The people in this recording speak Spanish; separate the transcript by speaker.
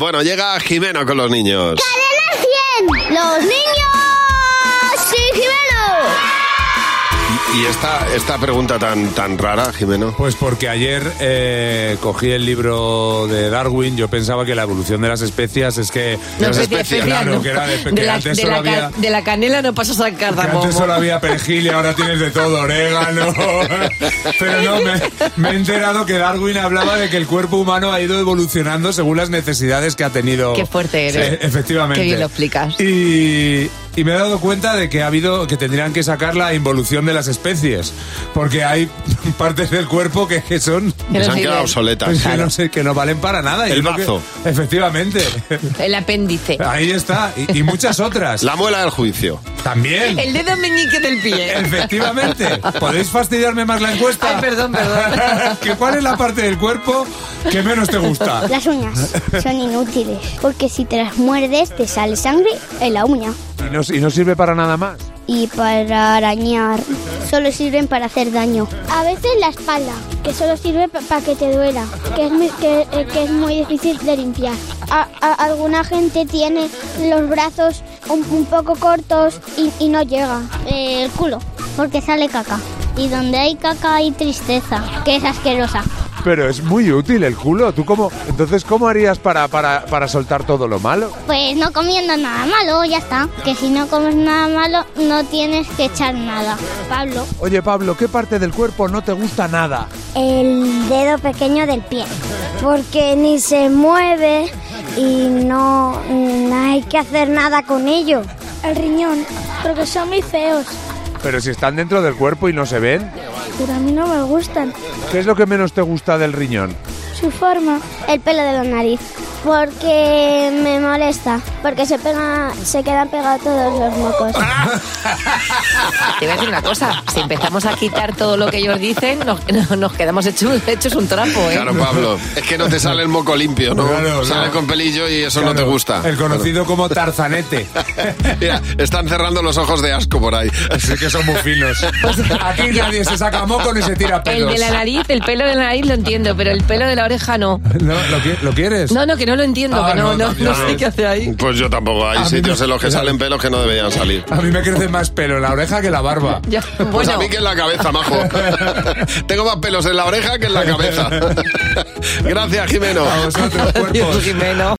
Speaker 1: Bueno, llega Jimeno con los niños.
Speaker 2: ¡Cadena 100! ¡Los niños! ¡Sí,
Speaker 1: ¿Y esta, esta pregunta tan, tan rara, Jimeno?
Speaker 3: Pues porque ayer eh, cogí el libro de Darwin, yo pensaba que la evolución de las especias es que...
Speaker 4: No,
Speaker 3: las
Speaker 4: especias, especias,
Speaker 3: claro,
Speaker 4: no.
Speaker 3: que era de, que
Speaker 4: de, la,
Speaker 3: antes
Speaker 4: de
Speaker 3: solo
Speaker 4: la ca-
Speaker 3: había...
Speaker 4: de la canela no pasas al
Speaker 3: que
Speaker 4: cardamomo.
Speaker 3: antes solo había perejil y ahora tienes de todo, orégano. Pero no, me, me he enterado que Darwin hablaba de que el cuerpo humano ha ido evolucionando según las necesidades que ha tenido.
Speaker 4: Qué fuerte eres.
Speaker 3: Eh, efectivamente.
Speaker 4: Qué bien lo explicas.
Speaker 3: Y, y me he dado cuenta de que ha habido que tendrían que sacar la involución de las especies, porque hay partes del cuerpo que, que son
Speaker 4: Que
Speaker 1: Que
Speaker 4: no
Speaker 1: se han
Speaker 4: sirven.
Speaker 1: quedado obsoletas.
Speaker 3: pues, que no sé, que no valen para nada.
Speaker 1: El
Speaker 3: Yo creo que-
Speaker 1: bazo.
Speaker 3: efectivamente.
Speaker 4: El apéndice.
Speaker 3: Ahí está. Y, y muchas otras.
Speaker 1: La muela del juicio.
Speaker 3: También.
Speaker 4: El dedo meñique del pie.
Speaker 3: Efectivamente. ¿Podéis fastidiarme más la encuesta?
Speaker 4: Ay, perdón, perdón.
Speaker 3: ¿Que ¿Cuál es la parte del cuerpo que menos te gusta?
Speaker 2: Las uñas son inútiles porque si te las muerdes te sale sangre en la uña
Speaker 3: Y no, y no sirve para nada más.
Speaker 2: y para arañar. Solo sirven para hacer daño. A veces la espalda, que solo sirve para que te duela, que es muy, que, eh, que es muy difícil de limpiar. A- a- alguna gente tiene los brazos un, un poco cortos y, y no llega. el culo, porque sale caca. Y donde hay caca hay tristeza, que es asquerosa.
Speaker 3: Pero es muy útil el culo. ¿Tú cómo, entonces, ¿cómo harías para, para, para soltar todo lo malo?
Speaker 2: Pues no comiendo nada malo, ya está. Que si no comes nada malo, no tienes que echar nada. Pablo.
Speaker 3: Oye, Pablo, ¿qué parte del cuerpo no te gusta nada?
Speaker 2: El dedo pequeño del pie. Porque ni se mueve y no, mm, hay que hacer nada con ello. El riñón, porque son muy feos.
Speaker 3: Pero si están dentro del cuerpo y no se ven,
Speaker 2: Pero a mí no me gustan.
Speaker 3: ¿qué es lo que menos te gusta del riñón?
Speaker 2: Su forma. El pelo de la nariz. Porque me molesta. Porque se, pega, se quedan pegados todos los mocos.
Speaker 4: Te voy a decir una cosa. Si empezamos a quitar todo lo que ellos dicen, nos, nos quedamos hechos, hechos un trapo, ¿eh?
Speaker 1: Claro, Pablo. Es que no te sale el moco limpio, ¿no?
Speaker 3: Claro,
Speaker 1: sale
Speaker 3: no.
Speaker 1: con pelillo y eso no te gusta.
Speaker 3: El conocido como tarzanete.
Speaker 1: Mira, están cerrando los ojos de asco por ahí.
Speaker 3: Sí que son muy finos. Pues Aquí nadie se saca moco ni se tira
Speaker 4: El
Speaker 3: pelos.
Speaker 4: de la nariz, el pelo de la nariz lo entiendo, pero el pelo de la oreja no.
Speaker 3: No, ¿lo, qui- ¿Lo quieres?
Speaker 4: No, no, que no lo entiendo,
Speaker 3: Ah,
Speaker 4: que no,
Speaker 3: no,
Speaker 4: no,
Speaker 3: también
Speaker 4: no sé
Speaker 3: es.
Speaker 4: qué hace ahí.
Speaker 1: Pues yo tampoco. Hay
Speaker 3: A mí
Speaker 1: sitios
Speaker 3: me-
Speaker 1: en los que salen pelos que no deberían salir.
Speaker 3: A mí me crece más pelo en la oreja que en la barba.
Speaker 4: Ya,
Speaker 1: Pues
Speaker 4: bueno,
Speaker 1: a mí que en la cabeza, majo. Tengo más pelos en la oreja que en la cabeza. Gracias, Jimeno.
Speaker 3: A vosotros,
Speaker 4: adiós,
Speaker 3: cuerpos.
Speaker 4: Jimeno.